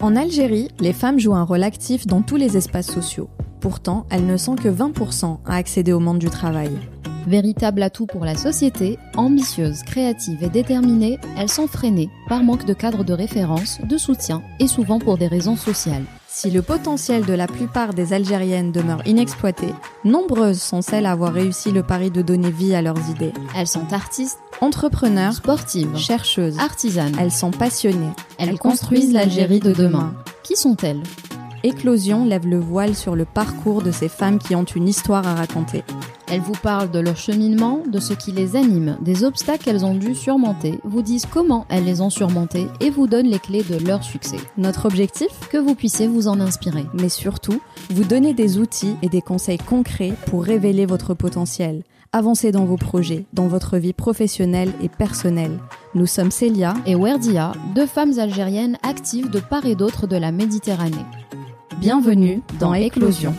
En Algérie, les femmes jouent un rôle actif dans tous les espaces sociaux. Pourtant, elles ne sont que 20% à accéder au monde du travail. Véritable atout pour la société, ambitieuses, créatives et déterminées, elles sont freinées par manque de cadre de référence, de soutien et souvent pour des raisons sociales. Si le potentiel de la plupart des Algériennes demeure inexploité, nombreuses sont celles à avoir réussi le pari de donner vie à leurs idées. Elles sont artistes, Hein Entrepreneurs, sportives, chercheuses, artisanes. elles sont passionnées. Elles, construisent l'Algérie de demain. Qui sont-elles Éclosion lève le voile sur le parcours de ces femmes qui ont une histoire à raconter. Elles vous parlent de leur cheminement, de ce qui les anime, des obstacles qu'elles ont dû surmonter, vous disent comment elles les ont surmontés et vous donnent les clés de leur succès. Notre objectif Que vous puissiez vous en inspirer. mais surtout vous donner des outils et des conseils concrets pour révéler votre potentiel, avancer dans vos projets, dans votre vie professionnelle et personnelle. Nous sommes Célia, Et Werdia, deux femmes algériennes actives de part et d'autre de la Méditerranée. bienvenue dans Éclosion.